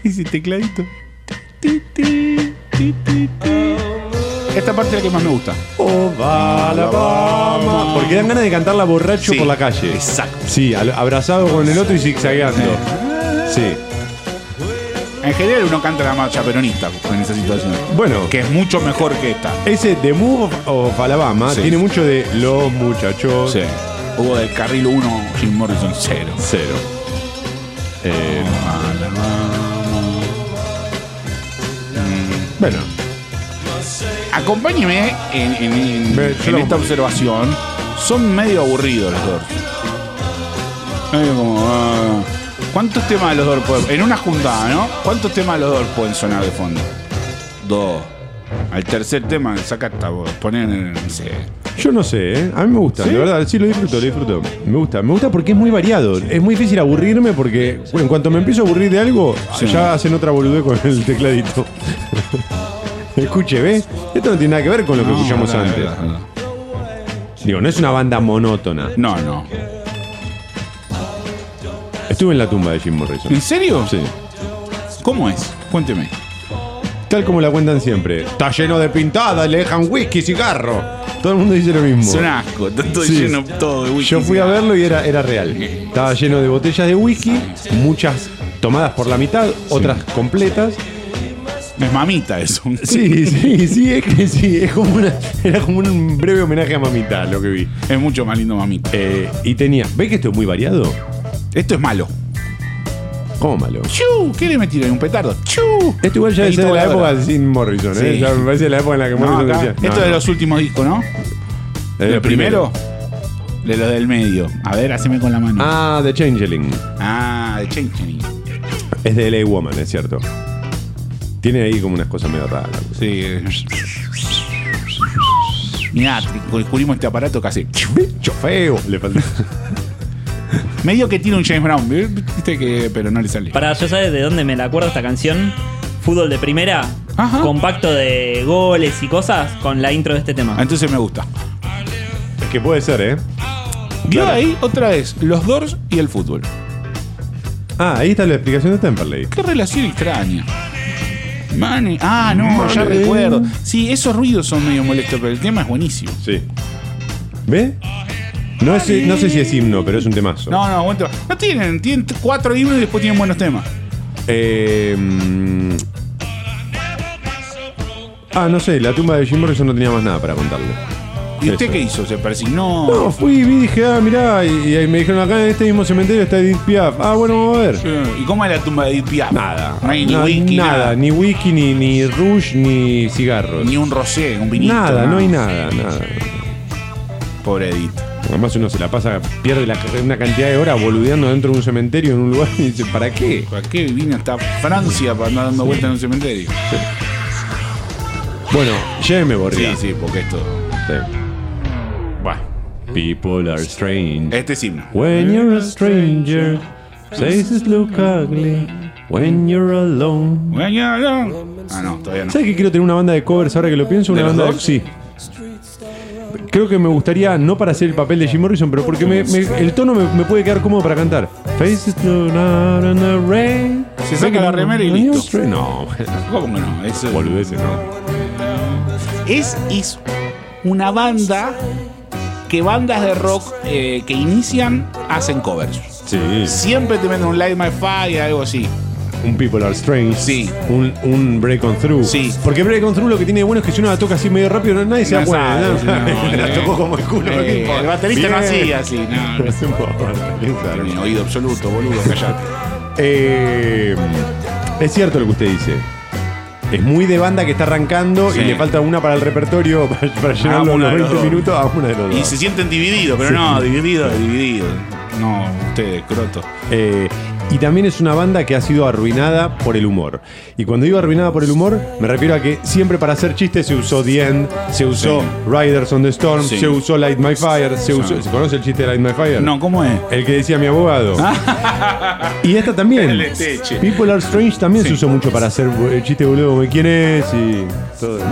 Speaker 3: Y si tecladito. Ti, ti, ti, ti, ti. Esta parte es la que más me gusta.
Speaker 2: Porque dan ganas de cantarla borracho
Speaker 3: Sí,
Speaker 2: por la calle.
Speaker 3: exacto.
Speaker 2: Sí, al- abrazado con el otro y zigzagueando. Sí.
Speaker 3: En general uno canta la marcha peronista en esa situación.
Speaker 2: Bueno.
Speaker 3: Que es mucho mejor que esta.
Speaker 2: Ese The Move of- of Alabama
Speaker 3: Sí.
Speaker 2: tiene mucho de los muchachos.
Speaker 3: Sí. Hubo del carril 1, Jim Morrison 0.
Speaker 2: Cero. Eh, bueno,
Speaker 3: Acompáñeme en, en-
Speaker 2: Ve,
Speaker 3: en-
Speaker 2: yo lo
Speaker 3: en esta
Speaker 2: acompaño.
Speaker 3: observación. Son medio aburridos los Doors. Medio como. ah. ¿Cuántos temas de los Doors pueden.? En una juntada, ¿no? ¿Cuántos temas de los Doors pueden sonar de fondo? Dos. Al tercer tema, saca esta voz. Ponen. No sé.
Speaker 2: yo no sé, ¿eh? a mí me gusta,
Speaker 3: ¿Sí?
Speaker 2: de verdad, sí lo disfruto, lo disfruto. Me gusta, me gusta porque es muy variado. Es muy difícil aburrirme porque bueno, en cuanto me empiezo a aburrir de algo,
Speaker 3: Sí.
Speaker 2: ya hacen otra boludez con el tecladito. Escuche, ¿ve? Esto no tiene nada que ver con lo que
Speaker 3: No,
Speaker 2: escuchamos
Speaker 3: verdad,
Speaker 2: antes.
Speaker 3: verdad, verdad.
Speaker 2: Digo, no es una banda monótona.
Speaker 3: No, no.
Speaker 2: Estuve en la tumba de Jim Morrison.
Speaker 3: ¿En serio?
Speaker 2: Sí.
Speaker 3: ¿Cómo es? Cuénteme.
Speaker 2: Tal como la cuentan siempre. Está lleno de pintadas, le dejan whisky, cigarro. Todo el mundo dice lo mismo.
Speaker 3: Es un asco. Tanto
Speaker 2: Sí.
Speaker 3: lleno todo de whisky.
Speaker 2: Yo fui a verlo y era, era real. Estaba lleno de botellas de whisky, muchas tomadas por la mitad, otras completas.
Speaker 3: Es mamita eso.
Speaker 2: Sí, sí, sí, es que sí, es como una, era como un breve homenaje a mamita lo que vi.
Speaker 3: Es mucho más lindo mamita.
Speaker 2: Eh, y tenía, ¿ve que esto es muy variado?
Speaker 3: Esto es malo.
Speaker 2: ¿Cómo malo?
Speaker 3: ¡Chu! ¿Qué le metí ahí? ¿Un petardo? ¡Chu!
Speaker 2: Esto igual ya debe ser
Speaker 3: Peguito
Speaker 2: de la
Speaker 3: voladora.
Speaker 2: época sin Morrison, ¿eh?
Speaker 3: Sí.
Speaker 2: Ya me parece la época en la que
Speaker 3: No,
Speaker 2: Morrison
Speaker 3: acá-
Speaker 2: decía.
Speaker 3: esto es de los últimos discos, ¿no? ¿El, primero? De los del medio. A ver, haceme con la mano. Ah,
Speaker 2: Ah, The Changeling.
Speaker 3: de Changeling.
Speaker 2: Es de LA Woman, es cierto. Tiene ahí como unas cosas medio raras.
Speaker 3: Sí. Mirá, tri- descubrimos este aparato casi.
Speaker 2: Bicho feo. Le falta.
Speaker 3: Medio que tiene un James Brown, viste que, pero no le sale.
Speaker 5: Para, ¿ya sabes de dónde me la acuerdo esta canción? Fútbol de primera,
Speaker 3: Ajá.
Speaker 5: compacto de goles y cosas con la intro de este tema.
Speaker 3: Ah, Entonces me gusta.
Speaker 2: es que puede ser, ¿eh?
Speaker 3: Vio
Speaker 2: Claro.
Speaker 3: ahí otra vez los Doors y el fútbol.
Speaker 2: Ah, ahí está la explicación de Temperley.
Speaker 3: Qué relación extraña. Mane. Ah, no, ya
Speaker 2: Mane.
Speaker 3: recuerdo. Sí, esos ruidos son medio molestos, pero el tema es buenísimo.
Speaker 2: Sí. ¿Ve? No, es- no sé si es himno, pero es un temazo.
Speaker 3: No, no, buen tema. No tienen, tienen cuatro himnos y después tienen buenos temas.
Speaker 2: Eh, mm. ah, no sé, la tumba de Jim Morrison no tenía más nada para contarle.
Speaker 3: ¿Y usted
Speaker 2: Eso.
Speaker 3: qué hizo? ¿Se persignó?
Speaker 2: No, fui y vi, dije, ah, mirá, y, y me dijeron acá en este mismo cementerio está Edith Piaf. Ah, bueno, vamos a ver.
Speaker 3: Eh, ¿Y cómo es la tumba de Edith Piaf?
Speaker 2: Nada.
Speaker 3: No hay ni
Speaker 2: No,
Speaker 3: whisky,
Speaker 2: nada,
Speaker 3: nada.
Speaker 2: ni wiki, ni, ni rush, ni cigarros.
Speaker 3: Ni un rosé, un vinito.
Speaker 2: nada, no hay nada, nada.
Speaker 3: Pobre Edith.
Speaker 2: Además uno se la pasa, pierde la- una cantidad de horas boludeando dentro de un cementerio en un lugar y dice, ¿para qué?
Speaker 3: ¿Para qué vine hasta Francia para andar dando vueltas en un cementerio?
Speaker 2: Bueno, lléveme
Speaker 3: Sí,
Speaker 2: Borria.
Speaker 3: sí, porque esto.
Speaker 2: Sí. Bah. People are strange.
Speaker 3: Este es himno.
Speaker 2: When you're a stranger, faces look ugly. When you're alone.
Speaker 3: When you're alone. Ah, no, todavía no.
Speaker 2: ¿Sabes que quiero tener una banda de covers ahora que lo pienso? Una
Speaker 3: ¿De los
Speaker 2: banda de.
Speaker 3: Doors?
Speaker 2: Sí. Creo que me gustaría, no para hacer el papel de Jim Morrison, pero porque me- me- el tono me, me puede quedar cómodo para cantar. Faces look out in the rain.
Speaker 3: Se saca la remera y
Speaker 2: When you're
Speaker 3: listo.
Speaker 2: stra- No,
Speaker 3: ¿Cómo que no? Es, eh,
Speaker 2: boludeces, no.
Speaker 3: es, es una banda que bandas de rock eh, que inician hacen covers.
Speaker 2: Sí.
Speaker 3: Siempre te meten un Light My Fire, algo así.
Speaker 2: Un People Are Strange.
Speaker 3: Sí.
Speaker 2: Un, un Break On Through.
Speaker 3: Sí.
Speaker 2: Porque Break On Through lo que tiene de bueno es que si uno la toca así medio rápido, no- nadie se da
Speaker 3: No
Speaker 2: cuenta.
Speaker 3: sabes,
Speaker 2: ¿no?
Speaker 3: no,
Speaker 2: la
Speaker 3: no.
Speaker 2: tocó como el culo.
Speaker 3: Eh,
Speaker 2: ¿qué importa?
Speaker 3: el baterista no
Speaker 2: Bien.
Speaker 3: hacía así, no, no.
Speaker 2: No importa, claro.
Speaker 3: Mi oído absoluto, boludo, callate.
Speaker 2: Eh, es cierto lo que usted dice. Es muy de banda que está arrancando
Speaker 3: Sí.
Speaker 2: y le falta una para el repertorio para, para llenar
Speaker 3: Hagamos
Speaker 2: los
Speaker 3: una de
Speaker 2: 20
Speaker 3: los dos.
Speaker 2: minutos a una de los
Speaker 3: Y
Speaker 2: dos.
Speaker 3: se sienten divididos, pero no, divididos, divididos. No, ustedes, croto.
Speaker 2: Eh, y también es una banda que ha sido arruinada por el humor. Y cuando digo arruinada por el humor, me refiero a que siempre para hacer chistes se usó The End, se usó
Speaker 3: Sí.
Speaker 2: Riders on the Storm,
Speaker 3: Sí.
Speaker 2: se usó Light My Fire, se usó. ¿Se conoce el chiste de Light My Fire?
Speaker 3: No, ¿cómo es?
Speaker 2: El que decía mi abogado. y esta también.
Speaker 3: El esteche.
Speaker 2: People Are Strange también
Speaker 3: Sí.
Speaker 2: se usó mucho para hacer bu- el chiste boludo como quién es y todo. ¿no?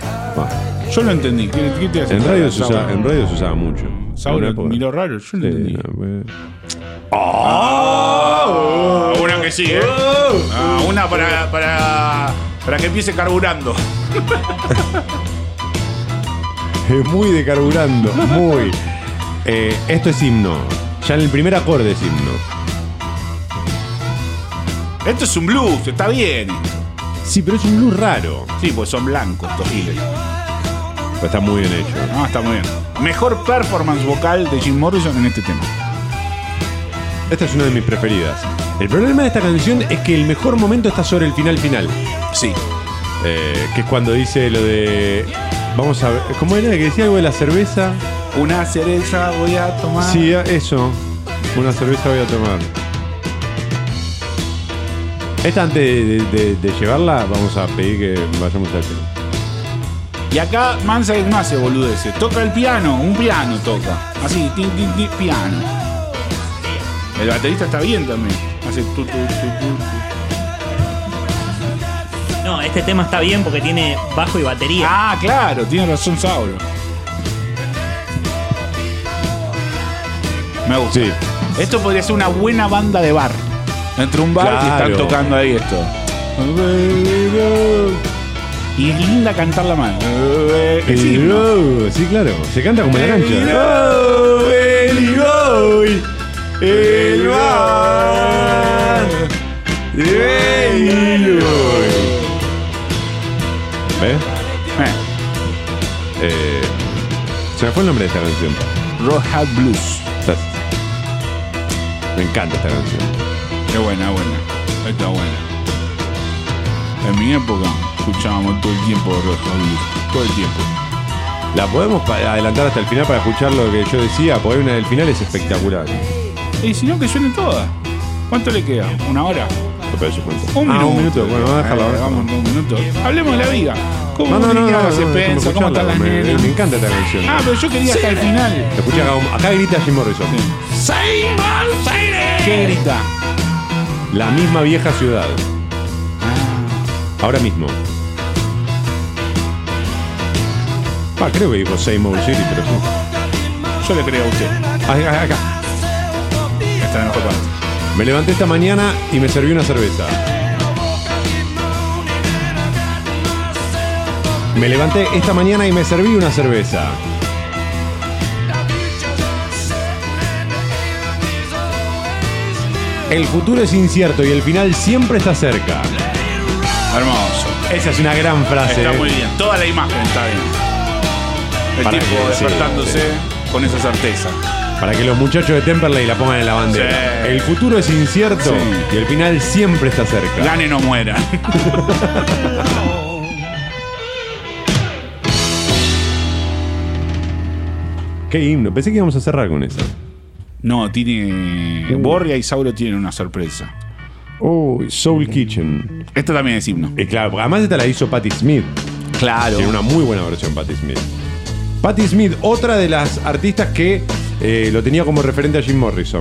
Speaker 2: Ah,
Speaker 3: Yo lo entendí. ¿Qué, qué te hace?
Speaker 2: En radio, se
Speaker 3: Sauro.
Speaker 2: usaba, en radio se usaba mucho.
Speaker 3: Sauro
Speaker 2: En una época.
Speaker 3: miró raro, yo lo
Speaker 2: Sí,
Speaker 3: entendí.
Speaker 2: no, pues.
Speaker 3: Ah, una que sigue.
Speaker 2: Oh.
Speaker 3: Ah, una para, para, para que empiece carburando.
Speaker 2: Es muy de carburando, muy. Eh, esto es himno. Ya en el primer acorde es himno.
Speaker 3: Esto es un blues, está bien.
Speaker 2: Sí, pero es un blues raro.
Speaker 3: Sí, pues son blancos estos giles.
Speaker 2: Pero está muy bien hecho.
Speaker 3: No, está muy bien. Mejor performance vocal de Jim Morrison en este tema.
Speaker 2: Esta es una de mis preferidas. El problema de esta canción es que el mejor momento está sobre el final final.
Speaker 3: Sí.
Speaker 2: Eh, que es cuando dice lo de. Vamos a ver. ¿Cómo era? Que decía algo de la cerveza.
Speaker 3: Una cereza voy a tomar.
Speaker 2: Sí, ah, eso. Una cerveza voy a tomar. Esta antes de, de- de- de llevarla, vamos a pedir que vayamos al final.
Speaker 3: Y acá Mansa no hace boludeces. Toca el piano, un piano toca. Así, tin, tin, tin, piano. El baterista está bien también. Hace tu, tu, tu, tu.
Speaker 5: No, este tema está bien porque tiene bajo y batería.
Speaker 3: Ah, claro, tiene razón Sauro. Me gusta.
Speaker 2: Sí.
Speaker 3: Esto podría ser una buena banda de bar. Entre un bar y
Speaker 2: Claro.
Speaker 3: están tocando ahí esto. Y es linda cantarla mal. Es
Speaker 2: Sí,
Speaker 3: himno.
Speaker 2: sí, claro. Se canta como en la
Speaker 3: El
Speaker 2: cancha.
Speaker 3: gol, el gol, el bar, el gol.
Speaker 2: ¿Ves?
Speaker 3: Eh,
Speaker 2: Eh, se me fue el nombre de esta canción.
Speaker 3: Roja Blues.
Speaker 2: Estás- Me encanta esta canción.
Speaker 3: Qué buena, buena. Está buena. En mi época escuchábamos todo el tiempo Roja Blues. Todo el tiempo.
Speaker 2: La podemos pa- adelantar hasta el final para escuchar lo que yo decía, porque una del final es espectacular.
Speaker 3: Y si no, que suenen todas. ¿Cuánto le queda? ¿Una hora?
Speaker 2: Pero yo cuento.
Speaker 3: Un
Speaker 2: Ah,
Speaker 3: minuto.
Speaker 2: un minuto. Bueno, vamos a dejarlo
Speaker 3: Eh,
Speaker 2: ahora.
Speaker 3: Vamos, un minuto. Hablemos de la vida. ¿Cómo
Speaker 2: No, no, no, no, no,
Speaker 3: se
Speaker 2: no,
Speaker 3: piensa?
Speaker 2: escucharla,
Speaker 3: ¿Cómo están las
Speaker 2: me,
Speaker 3: nenas?
Speaker 2: me encanta esta canción.
Speaker 3: Ah, pero yo quería hasta el final.
Speaker 2: Escuchá acá, acá grita Jim Morrison.
Speaker 3: ¿Qué grita?
Speaker 2: La misma vieja ciudad. Ahora mismo. Ah, creo que dijo Seymour City, pero.
Speaker 3: Yo le creo a usted.
Speaker 2: Ah, ah, acá.
Speaker 3: Esta es la mejor parte.
Speaker 2: Me levanté esta mañana y me serví una cerveza. Me levanté esta mañana y me serví una cerveza. El futuro es incierto y el final siempre está cerca.
Speaker 3: Hermoso.
Speaker 2: Esa es una gran frase. ¿eh?
Speaker 3: Está muy bien. Toda la imagen está bien. El
Speaker 2: Para
Speaker 3: tipo
Speaker 2: que- sí,
Speaker 3: despertándose con esa certeza.
Speaker 2: Para que los muchachos de Temperley la pongan en la bandera.
Speaker 3: Sí.
Speaker 2: El futuro es incierto
Speaker 3: Sí.
Speaker 2: y el final siempre está cerca.
Speaker 3: Gane no muera.
Speaker 2: Qué himno. Pensé que íbamos a cerrar con eso.
Speaker 3: No, tiene. Borgia y Sauro tienen una sorpresa.
Speaker 2: Oh, Soul Kitchen.
Speaker 3: Esta también es himno.
Speaker 2: Y Eh, claro, porque además esta la hizo Patti Smith.
Speaker 3: Claro.
Speaker 2: Tiene una muy buena versión Patti Smith. Patti Smith, otra de las artistas que eh, lo tenía como referente a Jim Morrison.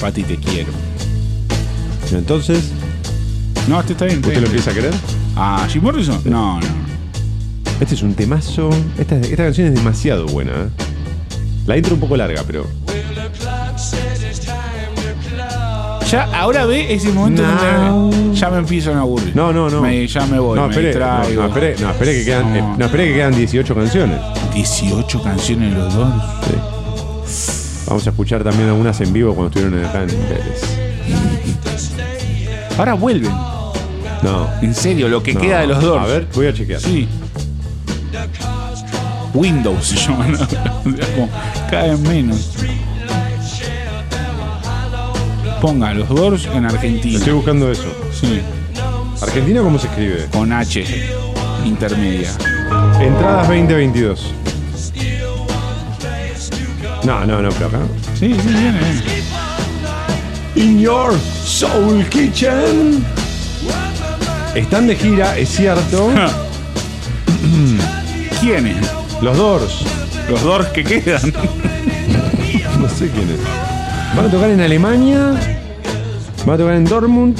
Speaker 3: Pati, te quiero.
Speaker 2: Entonces,
Speaker 3: No, este está bien. está
Speaker 2: ¿usted
Speaker 3: bien.
Speaker 2: lo empieza a querer?
Speaker 3: Ah, Jim Morrison. No, no.
Speaker 2: Este es un temazo. Esta, esta canción es demasiado buena. ¿eh? La intro un poco larga, pero...
Speaker 3: Ya, ahora ve ese momento
Speaker 2: No.
Speaker 3: donde ya me empiezan a aburrir.
Speaker 2: No, no, no.
Speaker 3: Me- ya me voy,
Speaker 2: No,
Speaker 3: me
Speaker 2: esperé, no,
Speaker 3: distraigo.
Speaker 2: no, esperé, no, esperé que quedan,
Speaker 3: No.
Speaker 2: eh, no, esperé que quedan 18 canciones.
Speaker 3: 18 canciones los dos.
Speaker 2: Vamos a escuchar también algunas en vivo cuando estuvieron acá en Vélez.
Speaker 3: Ahora vuelven.
Speaker 2: No.
Speaker 3: En serio, lo que
Speaker 2: no.
Speaker 3: queda de los dos.
Speaker 2: A ver, voy a chequear.
Speaker 3: Sí. Windows se llama. ¿no? O sea, como Cada vez menos. Ponga los Doors en Argentina.
Speaker 2: Estoy buscando eso.
Speaker 3: Sí.
Speaker 2: ¿Argentina cómo se escribe?
Speaker 3: Con H intermedia.
Speaker 2: Entradas 2022. No, no, no, pero acá.
Speaker 3: Sí, sí, viene. viene.
Speaker 2: In Your Soul Kitchen. Están de gira, es cierto.
Speaker 3: ¿Quiénes?
Speaker 2: Los Doors.
Speaker 3: Los Doors que quedan.
Speaker 2: No sé quién es. Van a tocar en Alemania. Van a tocar en Dortmund.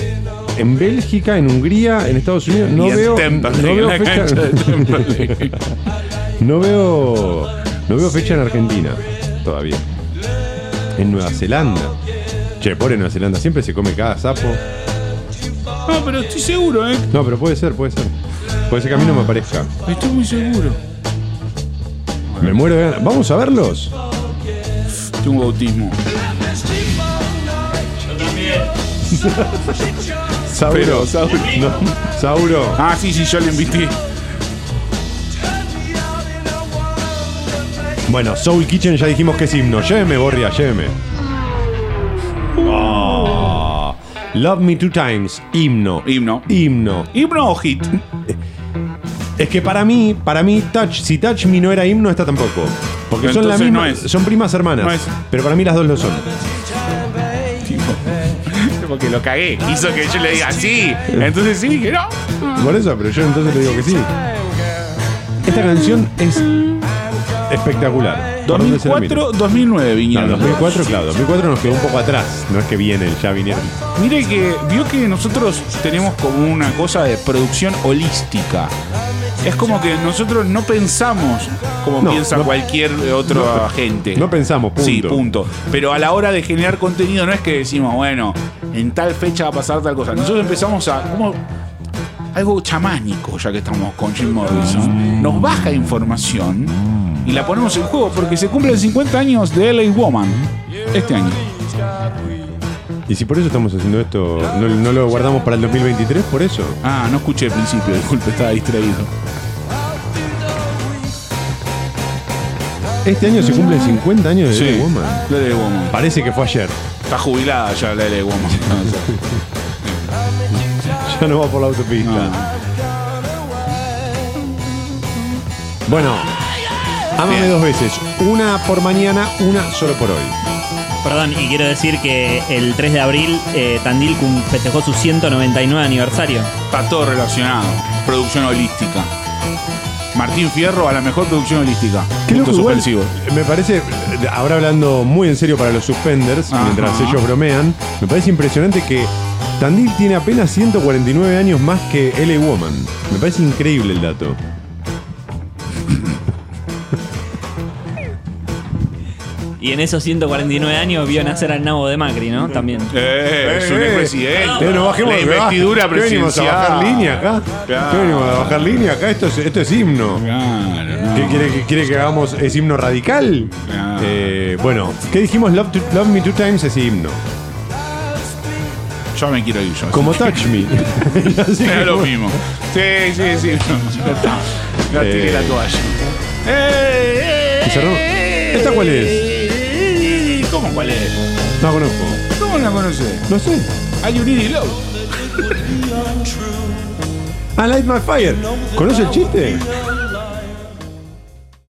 Speaker 2: En Bélgica, en Hungría, en Estados Unidos. No
Speaker 3: Y en
Speaker 2: veo.
Speaker 3: Temperley,
Speaker 2: no
Speaker 3: en
Speaker 2: veo
Speaker 3: la
Speaker 2: fecha.
Speaker 3: cancha de Temperley.
Speaker 2: No veo. No veo fecha en Argentina todavía. En Nueva Zelanda. Che, pobre Nueva Zelanda, siempre se come cada sapo.
Speaker 3: No, pero estoy seguro, ¿eh?
Speaker 2: No, pero puede ser, puede ser. Puede ser que a mí no me aparezca.
Speaker 3: Estoy muy seguro.
Speaker 2: Me muero de ganas. ¿Vamos a verlos?
Speaker 3: Tengo un bautismo.
Speaker 2: Sauro.
Speaker 3: Pero,
Speaker 2: Sauro. Sauro.
Speaker 3: Ah, sí, sí, yo le invité.
Speaker 2: Bueno, Soul Kitchen ya dijimos que es himno. Lléveme, Borria, lléveme. Ah. Love Me Two Times, himno.
Speaker 3: Himno.
Speaker 2: Himno.
Speaker 3: ¿Himno o hit?
Speaker 2: Es que para mí, para mí, Touch, si Touch Me no era himno, esta tampoco. Porque son la
Speaker 3: Entonces
Speaker 2: misma,
Speaker 3: no es.
Speaker 2: son primas hermanas.
Speaker 3: No es.
Speaker 2: Pero para mí las dos lo son.
Speaker 3: Tipo, Porque lo cagué. Hizo que yo le diga sí. Entonces sí, dije no.
Speaker 2: Por eso, pero yo entonces le digo que sí. Esta canción es espectacular. ¿Por dónde se la mira?
Speaker 3: 2004, 2009
Speaker 2: No,
Speaker 3: vinieron.
Speaker 2: 2004, claro, 2004 nos quedó un poco atrás. No es que vienen, ya vinieron.
Speaker 3: Mire que vio que nosotros tenemos como una cosa de producción holística. Es como que nosotros no pensamos como
Speaker 2: No,
Speaker 3: piensa
Speaker 2: no-
Speaker 3: cualquier otro agente.
Speaker 2: no pensamos, punto.
Speaker 3: Sí, punto. Pero a la hora de generar contenido no es que decimos, bueno, en tal fecha va a pasar tal cosa. Nosotros empezamos a como algo chamánico, ya que estamos con Jim
Speaker 2: Mm.
Speaker 3: Morrison. Nos baja información y la ponemos en juego porque se cumplen 50 años de LA Woman este año.
Speaker 2: Y si por eso estamos haciendo esto, no, no lo guardamos para el 2023, por eso.
Speaker 3: Ah, no escuché el principio, disculpe, estaba distraído.
Speaker 2: Este año se cumplen 50 años de Little Woman.
Speaker 3: La LA Woman.
Speaker 2: Parece que fue ayer.
Speaker 3: Está jubilada ya la LA Woman.
Speaker 2: Ya no va por la autopista. Bueno, ámame
Speaker 3: Bien.
Speaker 2: dos veces. Una por mañana, una solo por hoy.
Speaker 5: Perdón, y quiero decir que el 3 de abril eh, Tandil cum- festejó su 199 aniversario.
Speaker 3: Está todo relacionado. Producción holística. Martín Fierro a la mejor producción holística.
Speaker 2: Qué loco,
Speaker 3: Puntos
Speaker 2: igual,
Speaker 3: suspensivos.
Speaker 2: me parece, ahora hablando muy en serio para los suspenders,
Speaker 3: Ajá.
Speaker 2: mientras ellos bromean, me parece impresionante que Tandil tiene apenas 149 años más que L.A. Woman. Me parece increíble el dato.
Speaker 5: Y en esos 149 años vio nacer al nabo de Macri, ¿no? También.
Speaker 3: Eh, es un
Speaker 2: eh.
Speaker 3: expresidente.
Speaker 2: Eh, no bajemos
Speaker 3: la
Speaker 2: de baja.
Speaker 3: investidura
Speaker 2: ¿Qué venimos a
Speaker 3: presidencial.
Speaker 2: bajar línea acá?
Speaker 3: Claro.
Speaker 2: ¿Qué venimos a bajar línea acá? Esto es, esto es himno.
Speaker 3: Claro, no.
Speaker 2: ¿Qué quiere, que- quiere que hagamos? ¿Es himno radical?
Speaker 3: Claro.
Speaker 2: Eh, bueno, ¿qué dijimos? Love, to- Love Me Two Times es himno.
Speaker 3: Yo me quiero ir yo.
Speaker 2: Como Touch Me. Así
Speaker 3: Era
Speaker 2: que
Speaker 3: lo
Speaker 2: como-
Speaker 3: mismo. Sí, sí, sí. no, ya está. Ya tiré
Speaker 2: Eh.
Speaker 3: la toalla. Eh,
Speaker 2: ¿Y cerró? ¿Esta cuál
Speaker 3: es? ¿Cómo cuál es?
Speaker 2: No conozco.
Speaker 3: ¿Cómo la conoces?
Speaker 2: No sé.
Speaker 3: Hay un Love.
Speaker 2: Ah, I Light My Fire. ¿Conoce el chiste?